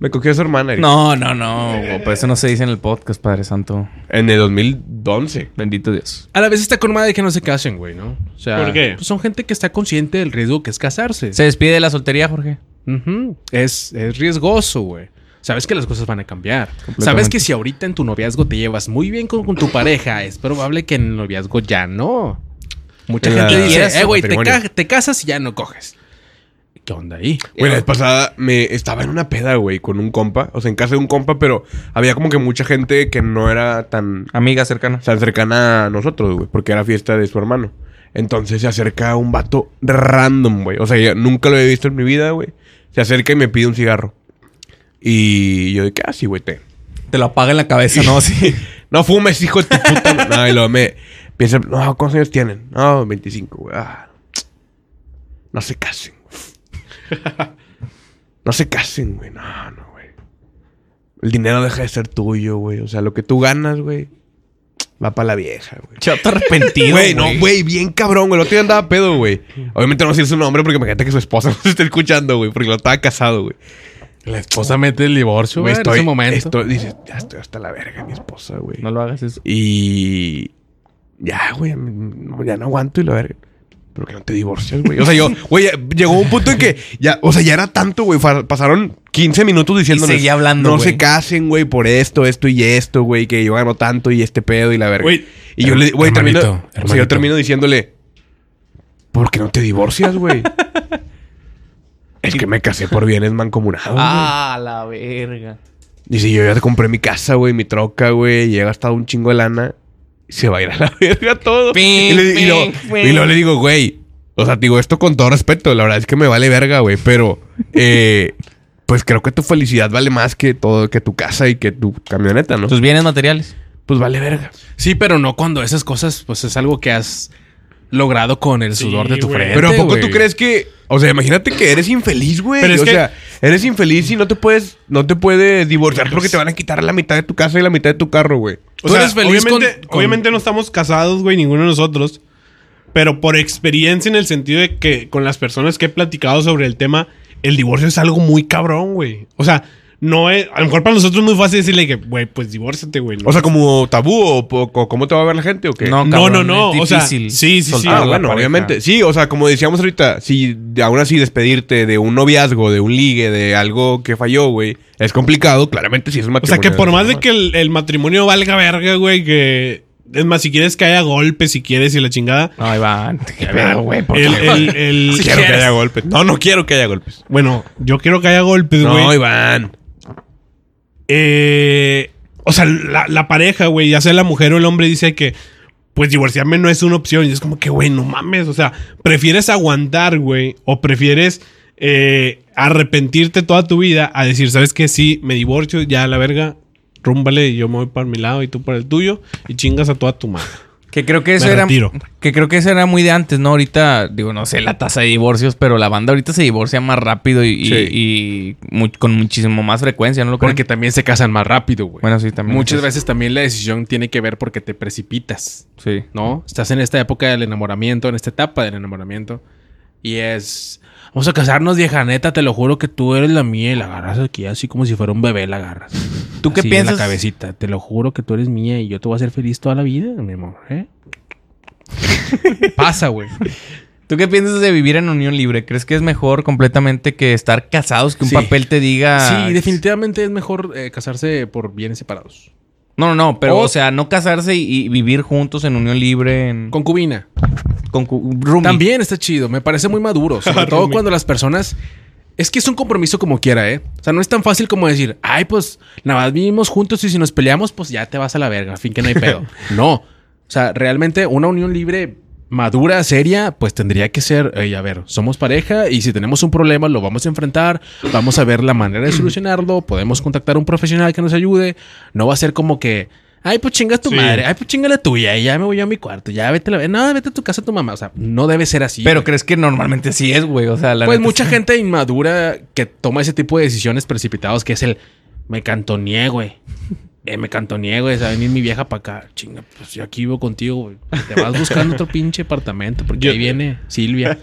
Me cogió a su hermana. Eric.
No, no, no. güey, Pero eso no se dice en el podcast, Padre Santo.
En el 2011.
Bendito Dios.
A la vez está con madre que no se casen, güey, ¿no? O sea,
¿Por qué?
pues son gente que está consciente del riesgo que es casarse.
Se despide de la soltería, Jorge.
Ujú. es, es riesgoso, güey. Sabes que las cosas van a cambiar. Sabes que si ahorita en tu noviazgo te llevas muy bien con, con tu pareja, es probable que en el noviazgo ya no. Mucha
Claro.
gente
Y es
dice, eh,
su
güey, te,
matrimonio".
ca- te casas y ya no coges. ¿Qué onda ahí?
Güey, la vez pasada me estaba en una peda, güey, con un compa. O sea, en casa de un compa, pero había como que mucha gente que no era tan,
Amiga cercana.
tan cercana a nosotros, güey, porque era fiesta de su hermano. Entonces se acerca un vato random, güey. O sea, yo nunca lo he visto en mi vida, güey. Se acerca y me pide un cigarro. Y yo de que, ah, sí, güey, te.
Te lo apaga en la cabeza, ¿no? Sí.
No fumes, hijo de tu puta. ma-". no, y luego me piensa, no, ¿cuántos años tienen? No, 25, güey. Ah, no se casen, güey. No se casen, güey. No, no, güey. El dinero deja de ser tuyo, güey. O sea, lo que tú ganas, güey, va para la vieja, güey.
Chato arrepentido.
Güey, no, güey, bien cabrón, güey. El otro día andaba pedo, güey. Obviamente no voy a decir su nombre porque me encanta que su esposa no se esté escuchando, güey, porque lo estaba casado, güey.
La esposa mete el divorcio,
Güey,
güey, en ese momento.
estoy- dice, ya estoy hasta la verga, mi esposa, güey.
No lo hagas eso.
Y ya, güey, no, ya no aguanto y la verga. Pero que no te divorcias, güey. O sea, yo, güey, ya- llegó un punto en que ya, o sea, ya era tanto, güey. fa- Pasaron 15 minutos diciéndonos.
Y seguía hablando,
No
güey.
se casen, güey, por esto, esto y esto, güey, que yo gano tanto y este pedo y la verga.
Güey,
y yo le, güey, termino,
hermanito,
o sea, yo
hermanito.
termino diciéndole, ¿por qué no te divorcias, güey? es que me casé por bienes mancomunados. güey.
Ah, la verga.
Dice, yo ya te compré mi casa, güey, mi troca, güey, y he gastado un chingo de lana. Y se va a ir a la verga todo.
Ping,
y, le- y lo-
ping, ping.
y luego le digo, güey, o sea, te digo esto con todo respeto, la verdad es que me vale verga, güey, pero eh, pues creo que tu felicidad vale más que todo, que tu casa y que tu camioneta, ¿no?
Tus bienes materiales.
pues vale verga.
Sí, pero no cuando esas cosas, pues es algo que has logrado con el sudor de tu
güey.
frente.
Pero ¿a poco
güey?
tú crees que, o sea, imagínate que eres infeliz, güey?
Pero es
o
que-
sea, eres infeliz y no te puedes, no te puedes divorciar porque te van a quitar la mitad de tu casa y la mitad de tu carro, güey.
O
Tú
sea,
eres feliz
obviamente,
con- con-
obviamente no estamos casados, güey, ninguno de nosotros. Pero por experiencia en el sentido de que con las personas que he platicado sobre el tema, el divorcio es algo muy cabrón, güey. O sea, no es. A lo mejor para nosotros es muy fácil decirle que, güey, pues divórciate, güey. ¿no?
O sea, como tabú o, po- o cómo te va a ver la gente o qué?
No,
No,
cabrón,
no, no,
Es
o sea,
difícil
sí, sí, sí.
soltar a
Ah,
la
bueno,
pareja.
obviamente. Sí, o sea, como decíamos ahorita, si de- aún así despedirte de un noviazgo, de un ligue, de algo que falló, güey, es complicado, claramente si es un
O
matrimonio.
sea, que por más de
normal.
que el, el matrimonio valga verga, güey, que. Es más, si quieres que haya golpes, si quieres y la chingada.
No, ahí va. Qué pedo, güey. por
El,
favor.
el- el-
Sí quiero que haya golpes. No, no quiero que haya golpes.
Bueno, yo quiero que haya golpes,
No,
Pues, güey.
Iván.
Eh, o sea, la, la pareja, güey, ya sea la mujer o el hombre, dice que, pues divorciarme no es una opción. Y es como que, güey, no mames. O sea, prefieres aguantar, güey, o prefieres eh, arrepentirte toda tu vida a decir, ¿sabes qué? Sí, me divorcio, ya a la verga, rúmbale, yo me voy para mi lado y tú para el tuyo, y chingas a toda tu madre.
Que creo que eso
Me
era.
retiro.
Que creo que eso era muy de antes, ¿no? Ahorita, digo, no sé la tasa de divorcios, pero la banda ahorita se divorcia más rápido y, y-
Sí.
y mu- con muchísimo más frecuencia, ¿no lo creen?
Porque también se casan más rápido, güey.
Bueno, sí, también.
Muchas
Entonces,
veces también la decisión tiene que ver porque te precipitas,
Sí.
¿no? Estás en esta época del enamoramiento, en esta etapa del enamoramiento. Y es. Vamos a casarnos, vieja neta, te lo juro que tú eres la mía y la agarras aquí así como si fuera un bebé, la agarras.
¿Tú qué
Así en
piensas?
la cabecita, te lo juro que tú eres mía y yo te voy a hacer feliz toda la vida, mi amor, ¿eh? Pasa, güey.
¿Tú qué piensas de vivir en unión libre? ¿Crees que es mejor completamente que estar casados, que un
Sí.
papel te diga...
Sí, definitivamente es mejor eh, casarse por bienes separados.
No, no, no, pero
O-
o, sea, no casarse y, y vivir juntos en unión libre, en...
Concubina.
con cu- roomie.
También está chido, me parece muy maduro. Sobre todo
Rumi.
cuando las personas. Es que es un compromiso como quiera, ¿eh? O sea, no es tan fácil como decir, ay, pues nada más vivimos juntos y si nos peleamos, pues ya te vas a la verga, a fin que no hay pedo. no. O sea, realmente una unión libre madura, seria, pues tendría que ser, "Ey, a ver, somos pareja y si tenemos un problema lo vamos a enfrentar, vamos a ver la manera de solucionarlo, podemos contactar a un profesional que nos ayude. No va a ser como que, ay, pues chingas tu
Sí.
madre, ay, pues chinga la tuya, y ya me voy yo a mi cuarto, ya vete a la verga, no, vete a tu casa a tu mamá. O sea, no debe ser así.
Pero
güey.
crees que normalmente así es, güey. O sea, la
Pues
neta
mucha
sí.
gente inmadura que toma ese tipo de decisiones precipitadas, que es el me cantonié, güey. eh, me cantoniego, güey, a venir mi vieja para acá. Chinga, pues yo aquí vivo contigo, güey. Te vas buscando otro pinche apartamento porque
Yo-
ahí viene Silvia.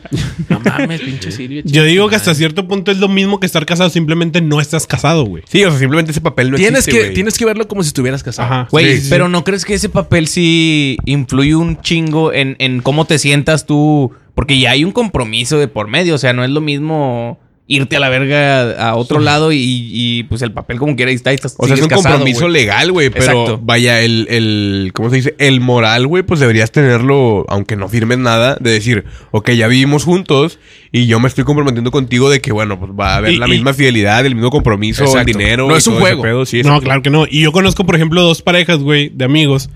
No mames, pinche Silvia.
Yo
chinga
digo
tu
que hasta
madre.
cierto punto es lo mismo que estar casado, simplemente no estás casado, güey.
Sí, o sea, simplemente ese papel no
Tienes,
existe,
que,
güey.
tienes que verlo como si estuvieras casado.
Ajá.
Güey,
Sí, sí,
pero ¿no crees que ese papel sí influye un chingo en, en cómo te sientas tú? Porque ya hay un compromiso de por medio, o sea, no es lo mismo irte a la verga a otro lado y, y, pues el papel como quiera y está, y estás-
O sea, es
sigues
un
casado,
compromiso
güey.
legal, güey. Pero
Exacto.
vaya, el, el. ¿Cómo se dice? El moral, güey, pues deberías tenerlo, aunque no firmes nada, de decir, ok, ya vivimos juntos y yo me estoy comprometiendo contigo de que, bueno, pues va a haber
Y-
la
y-
misma fidelidad, el mismo compromiso, el
Exacto.
dinero.
No
y
es un
todo ese
juego.
pedo, sí,
No,
exacto.
claro que no. Y yo conozco, por ejemplo, dos parejas, güey, de amigos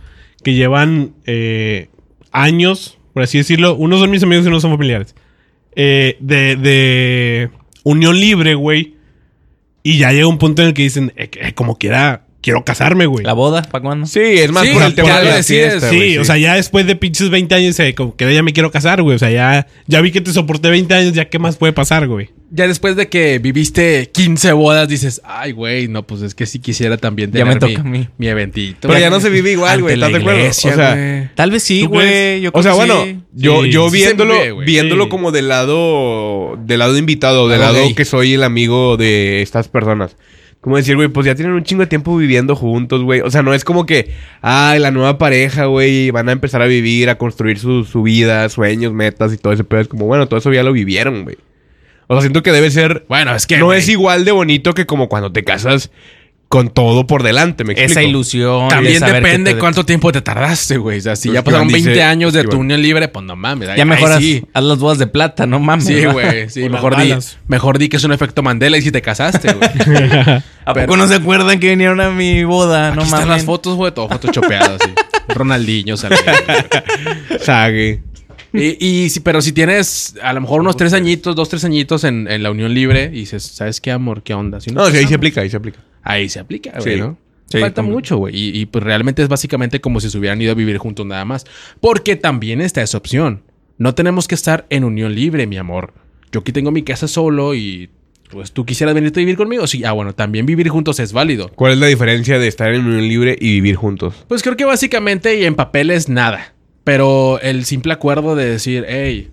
que llevan eh, años, por así decirlo. Unos son mis amigos y unos son familiares. eh, de, de unión libre, güey. Y ya llega un punto en el que dicen, eh, que- eh, como quiera, quiero casarme, güey.
¿La boda? ¿Para cuándo?
Sí, es más
Sí,
por el tema
ya
de
lo
la
decides.
fiesta,
Sí,
güey,
o sea, ya después de pinches 20 años, eh, como que ya me quiero casar, güey. O sea, ya, ya vi que te soporté 20 años, ya qué más puede pasar, güey.
Ya después de que viviste 15 bodas, dices, ay, güey, no, pues es que sí quisiera también
Ya
tener
me toca
mi,
a mí.
mi eventito.
Pero ya no se vive igual, güey,
Ante
¿estás
la
de acuerdo? O
iglesia,
sea,
güey.
Tal vez sí,
¿Tú
güey.
crees?
Yo
O sea,
creo que
bueno,
sí.
yo,
Sí,
yo
sí se
viéndolo,
ve, güey.
viéndolo
Sí.
como del lado, del lado invitado, del
Lado
lado
gay.
que soy el amigo de estas personas. Como decir, güey, pues ya tienen un chingo de tiempo viviendo juntos, güey. O sea, no es como que, ay, la nueva pareja, güey, van a empezar a vivir, a construir su, su vida, sueños, metas y todo ese pedo. Es como, bueno, todo eso ya lo vivieron, güey. O sea, siento que debe ser...
Bueno, es que.
no
güey,
es igual de bonito que como cuando te casas con todo por delante, me explico.
Esa ilusión. de
También
saber
depende
que te-
cuánto tiempo te tardaste, güey. O sea, si
Pues
ya pasaron
Iván dice-
20 años de tu
Iván.
unión libre, pues no mames. ahí-
Ya
ahí
mejoras.
Sí,
Haz las bodas de plata, no mames.
Sí,
¿verdad?
güey. Sí,
O las
mejor di,
balas.
mejor di que es un efecto Mandela y si te casaste, güey.
¿A
Pero-
poco no se acuerdan que vinieron a mi boda?
Aquí
no
están
mames.
las fotos, güey, todo photoshopeado así. Ronaldinho, sale.
Sague.
Y, y si, pero si tienes a lo mejor unos tres añitos, dos, tres añitos en, en la unión libre y dices, ¿sabes qué, amor? ¿Qué onda? Si
No, sí, ahí se
casamos,
aplica, ahí se aplica.
ahí se aplica,
Sí.
güey, ¿no?
Sí,
Falta
también.
mucho, güey. Y, y, pues realmente es básicamente como si se hubieran ido a vivir juntos nada más. Porque también está esa opción. No tenemos que estar en unión libre, mi amor. Yo aquí tengo mi casa solo y pues tú quisieras venirte a vivir conmigo. Sí, ah, bueno, también vivir juntos es válido.
¿Cuál es la diferencia de estar en unión libre y vivir juntos?
Pues creo que básicamente y en papel es nada. Pero el simple acuerdo de decir, hey,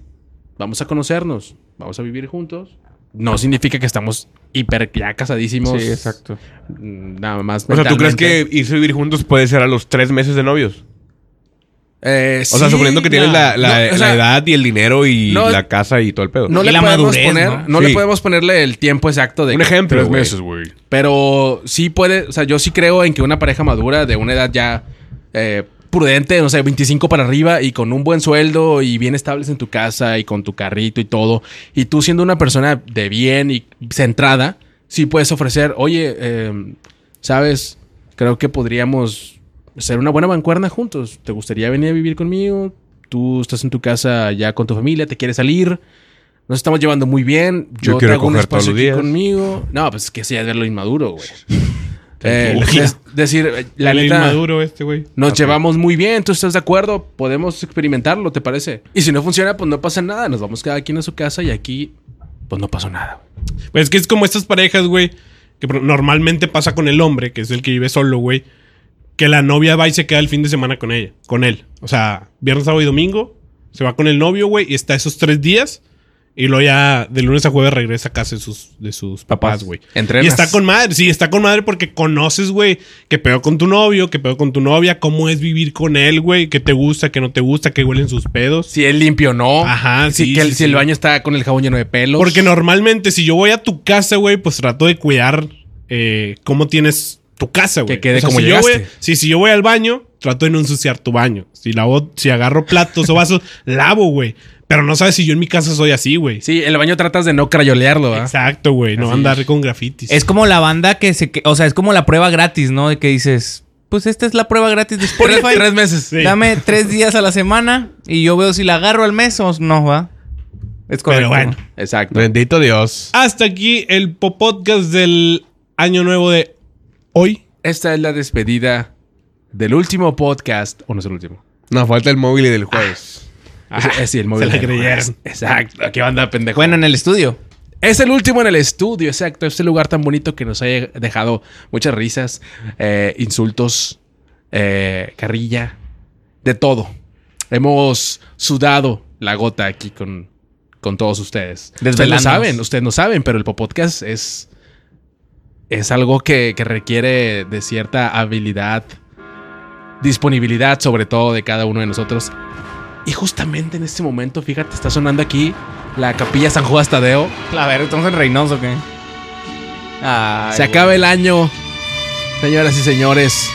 vamos a conocernos, vamos a vivir juntos, no significa que estamos hiper ya casadísimos. mm, Nada más.
O sea, ¿tú crees
mentalmente.
que irse a vivir juntos puede ser a los tres meses de novios?
Eh,
O sea,
sí,
suponiendo que tienes
no.
la, la-
No, o
la
sea,
edad y el dinero y
no-
la casa y todo el pedo.
No
Y
le
la
podemos
madurez,
poner,
¿no?
¿no? le
Sí.
podemos ponerle el tiempo exacto de
Un
que-
ejemplo,
tres
güey.
meses, güey. Pero sí puede, o sea, yo sí creo en que una pareja madura de una edad ya eh, prudente, no sé, 25 para arriba y con un buen sueldo y bien estables en tu casa y con tu carrito y todo, y tú siendo una persona de bien y centrada, sí puedes ofrecer, oye, eh, sabes, creo que podríamos ser una buena mancuerna juntos. ¿Te gustaría venir a vivir conmigo? Tú estás en tu casa ya con tu familia, te quieres salir. Nos estamos llevando muy bien.
Yo
Yo,
quiero
te hago un
coger todos
espacio
los
aquí
días.
conmigo. No, pues es que eso ya es verlo inmaduro, güey. Eh,
Tranquila.
es decir, eh, la
El
neta,
inmaduro este, güey.
nos llevamos muy bien. ¿Tú estás de acuerdo? Podemos experimentarlo, ¿te parece? Y si no funciona, pues no pasa nada. Nos vamos cada quien a su casa y aquí, pues no pasó nada.
Pues es que es como estas parejas, güey, que pro- normalmente pasa con el hombre, que es el que vive solo, güey, que la novia va y se queda el fin de semana con ella, con él. O sea, viernes, sábado y domingo, se va con el novio, güey, y está esos tres días. Y luego ya de lunes a jueves regresa a casa de sus, de sus papás,
Papás.
güey.
Entrenas.
Y está con madre, sí, está con madre porque conoces, güey, qué pedo con tu novio, qué pedo con tu novia, cómo es vivir con él, güey, qué te gusta, qué no te gusta, qué huelen sus pedos.
Si él limpio o no.
Ajá,
si,
sí,
que el,
sí,
si el
sí.
baño está con el jabón lleno de pelos.
Porque normalmente, si yo voy a tu casa, güey, pues trato de cuidar eh, cómo tienes tu casa, güey.
Que quede como
si
llegaste.
Yo voy, sí, si yo voy al baño, trato de no ensuciar tu baño. Si lavo, si agarro platos o vasos, lavo, güey. Pero no sabes si yo en mi casa soy así, güey.
Sí, el baño tratas de no crayolearlo, ¿verdad?
Exacto, güey. No andar con grafitis.
Es como la banda que se... que- o sea, es como la prueba gratis, ¿no? De que dices... Pues esta es la prueba gratis de
Tres,
Spotify.
tres meses.
Sí.
Dame tres días a la semana y yo veo si la agarro al mes o no, ¿va? Es
Pero
correcto.
bueno.
Exacto.
Bendito Dios.
Hasta aquí el podcast del año nuevo de hoy.
Esta es la despedida del último podcast. O no es el último.
No, falta el móvil y del jueves.
Es- es- sí, el móvil.
se la creyeron.
Exacto. ¿Qué onda, pendejo?
Bueno, en el estudio.
Es el último en el estudio, exacto. Este lugar tan bonito que nos ha dejado muchas risas, eh, insultos, eh, carrilla, de todo. Hemos sudado la gota aquí con, con todos ustedes. Ustedes lo
Desvelándonos.
saben, ustedes no saben, pero el podcast es, es algo que, que requiere de cierta habilidad, disponibilidad, sobre todo de cada uno de nosotros. Y justamente en este momento, fíjate, está sonando aquí la capilla San Juan Tadeo.
La verga, estamos en Reynoso, ¿o ¿qué? Ay,
Se acaba el año, señoras y señores.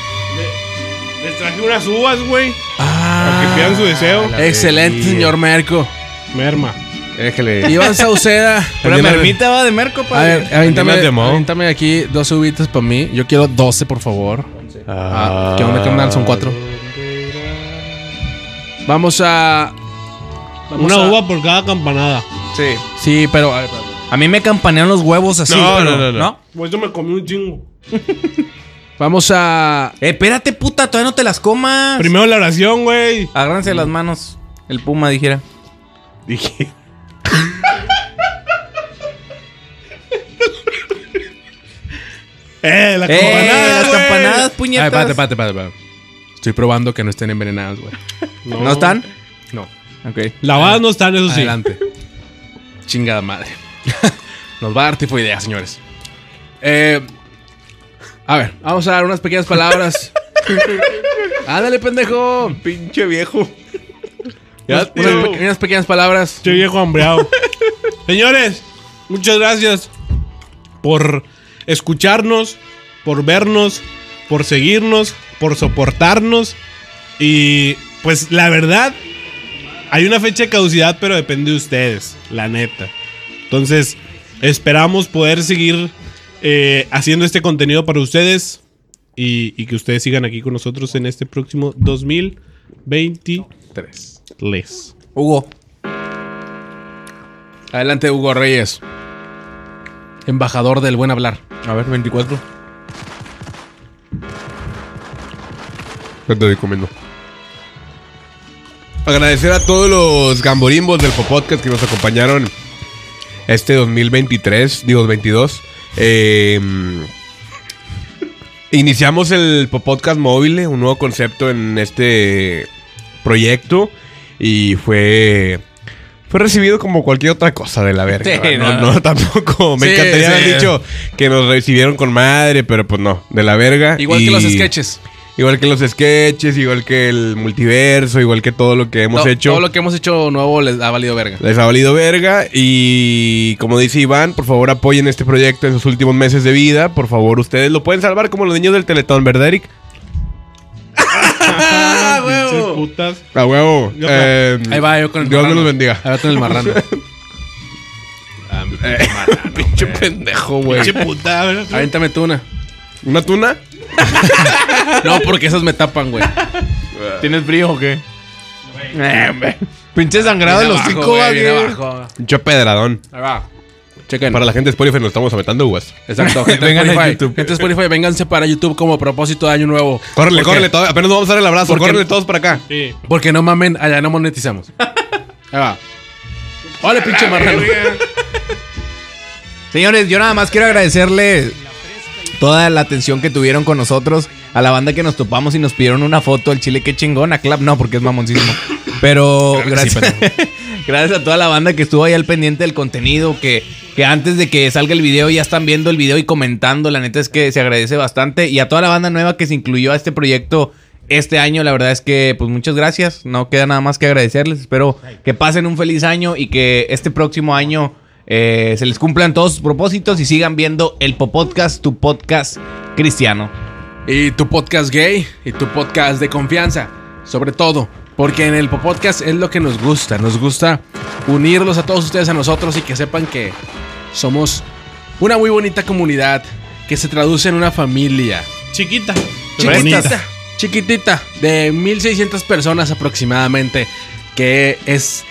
Les traje unas uvas, güey.
Ah,
Para que pidan su deseo.
la
Excelente,
bebida.
señor Merco.
Ah, Merma.
Déjale.
Iván Sauceda.
Una
Prendí la-
mermita va de merco,
A
padre.
ver, eh, avíntame,
Prendí la demo.
avíntame aquí dos ubitas para mí. Yo quiero 12, por favor. Ah, ¿Qué onda, carnal? Son cuatro. Vamos a. vamos
Una
a-
uva por cada campanada.
Sí.
Sí, pero. a ver,
A mí me campanean los huevos así.
No,
pero-
no, no, no.
Por eso Pues me comí un chingo.
Vamos a.
Eh, espérate, puta, todavía no te las comas.
Primero la oración, güey.
Agárrense las manos. El puma dijera.
Dije.
Eh, la
¡Eh!
campanada.
Las
güey.
campanadas, puñetas.
Ay, espérate, espérate, espérate, espérate. Estoy probando que no estén envenenadas, güey.
¿No están?
No.
Ok.
Lavadas no están, eso sí.
Adelante. Chingada madre. Nos va a dar tipo idea, señores. Eh, a ver, vamos a dar unas pequeñas palabras. Ándale, pendejo.
Pinche viejo.
Unas,
tío.
unas pe- unas pequeñas palabras.
Che viejo hambreado. Señores, muchas gracias por escucharnos, por vernos, por seguirnos, por soportarnos. Y pues la verdad, hay una fecha de caducidad, pero depende de ustedes, la neta. Entonces, esperamos poder seguir eh, haciendo este contenido para ustedes y, y que ustedes sigan aquí con nosotros en este próximo 2023.
Tres. Hugo.
Hugo.
Adelante, Hugo Reyes. Embajador del buen hablar.
A ver, 24.
No te recomiendo. Agradecer a todos los gamborimbos del Popodcast que nos acompañaron este 2023, digo 22. Eh, iniciamos el Popodcast móvil, un nuevo concepto en este proyecto y fue fue recibido como cualquier otra cosa de la verga.
Sí,
no,
no.
no, tampoco. Me
Sí,
encantaría
sí.
haber dicho que nos recibieron con madre, pero pues no, de la verga.
Igual que
Y-
los sketches.
Igual que los sketches, igual que el multiverso, igual que todo lo que hemos
To-
hecho.
Todo lo que hemos hecho nuevo les ha valido verga.
Les ha valido verga y como dice Iván, por favor apoyen este proyecto en sus últimos meses de vida. Por favor, ustedes lo pueden salvar como los niños del Teletón, ¿verdad, Eric?
Pinches putas.
A huevo.
Yo,
Eh,
Ahí va yo con el
Dios me
marrano.
los bendiga.
Ahí va con el marrano. Ah, mi pinche marrano,
Pinche
güey.
pendejo, güey.
Pinche puta, ¿verdad?
Avéntame tú una.
¿Una tuna?
No, porque esas me tapan, güey.
¿Tienes frío o qué? Eh, hombre. Pinche sangrado de
Viene
los
abajo,
cinco,
güey,
va
viene
bien.
abajo.
Pinche pedradón.
Ahí va. Chequen.
Para la gente de Spotify nos estamos aventando uvas.
Exacto. Gente
Vengan a
de Spotify.
YouTube.
Gente de Spotify, vénganse para YouTube como propósito de año nuevo.
Córrele,
Porque-
córrele, todo- apenas nos vamos a dar el abrazo.
¿Por qué?
Córrele todos para acá.
Sí.
Porque no mamen, allá no monetizamos. Ahí va. Ole, pinche marrano.
Señores, yo nada más quiero agradecerle toda la atención que tuvieron con nosotros, a la banda que nos topamos y nos pidieron una foto al chile, qué chingón, a Clap no, porque es mamoncísimo. Pero gracias, gracias a toda la banda que estuvo ahí al pendiente del contenido, que, que antes de que salga el video ya están viendo el video y comentando, la neta es que se agradece bastante, y a toda la banda nueva que se incluyó a este proyecto. Este año, la verdad es que, pues muchas gracias. No queda nada más que agradecerles. Espero que pasen un feliz año y que este próximo año eh, se les cumplan todos sus propósitos y sigan viendo el Popodcast, tu podcast cristiano.
Y tu podcast gay y tu podcast de confianza, sobre todo. Porque en el podcast es lo que nos gusta. Nos gusta unirlos a todos ustedes a nosotros y que sepan que somos una muy bonita comunidad que se traduce en una familia.
Chiquita.
Chiquitita. Chiquitita. De 1600 personas aproximadamente. Que es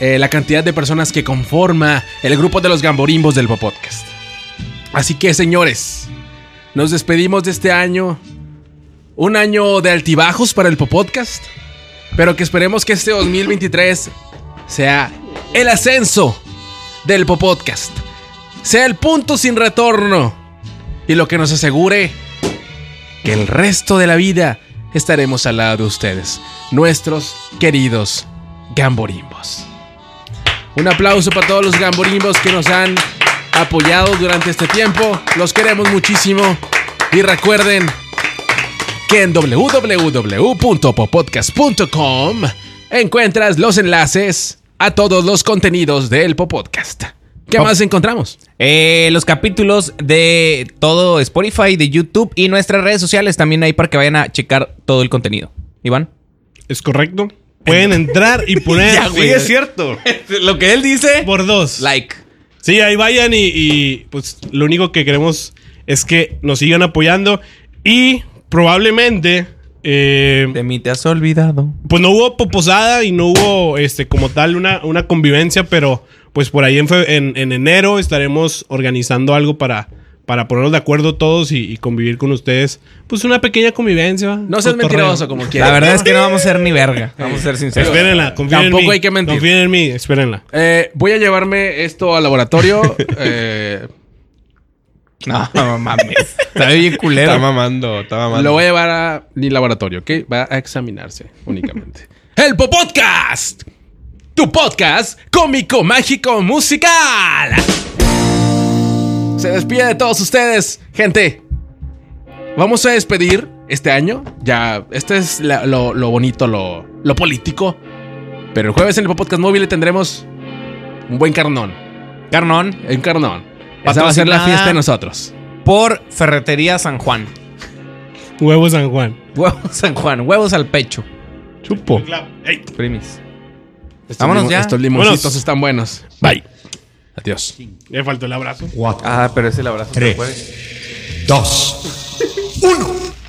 eh, la cantidad de personas que conforma el grupo de los gamborimbos del Popodcast. Así que, señores, nos despedimos de este año. Un año de altibajos para el Popodcast. Pero que esperemos que este 2023 sea el ascenso del Popodcast. sea el punto sin retorno y lo que nos asegure que el resto de la vida estaremos al lado de ustedes, nuestros queridos gamborimbos. Un aplauso para todos los gamborimbos que nos han apoyado durante este tiempo. Los queremos muchísimo. Y recuerden que en www.popodcast.com encuentras los enlaces a todos los contenidos del Popodcast. ¿Qué más encontramos?
Eh, los capítulos de todo Spotify, de YouTube y nuestras redes sociales también ahí para que vayan a checar todo el contenido. Iván.
¿Es correcto? Pueden entrar y poner
Eh, Sí, es cierto.
Lo que él dice.
por dos.
Like.
Sí, ahí vayan y, y, pues lo único que queremos es que nos sigan apoyando y probablemente eh,
De mí te has olvidado.
pues no hubo posada y no hubo este como tal una, una convivencia, pero pues por ahí en, fe- en, en enero estaremos organizando algo para, para ponernos de acuerdo todos y, y convivir con ustedes. Pues una pequeña convivencia.
No seas
cotorreo.
mentiroso como quieras.
La verdad es que no vamos a ser ni verga. Vamos a ser sinceros.
Espérenla, confíen en mí.
Tampoco hay que mentir.
Confíen en mí, espérenla.
Eh, voy a llevarme esto al laboratorio. eh,
No, no mames. Está bien
Está
culero.
mamando, está mamando.
lo voy a llevar a mi laboratorio, ¿ok? Va a examinarse únicamente. ¡El Popodcast! Tu podcast cómico, mágico, musical. Se despide de todos ustedes, gente. Vamos a despedir este año. Ya, este es la- lo, lo bonito, lo, lo político. Pero el jueves en el Popodcast móvil tendremos un buen carnón.
Carnón
Un carnón. Esa va a ser la
Patrocinada.
fiesta de nosotros.
por Ferretería San Juan.
Huevo San Juan.
Huevos San Juan. Huevos al pecho.
Chupo.
Ey,
Primis.
Estos
Vámonos
limo-
ya.
Estos limoncitos
Vámonos.
están buenos.
Bye.
Adiós.
Le faltó el abrazo.
cuatro,
Ah, pero es el abrazo.
tres, dos, uno.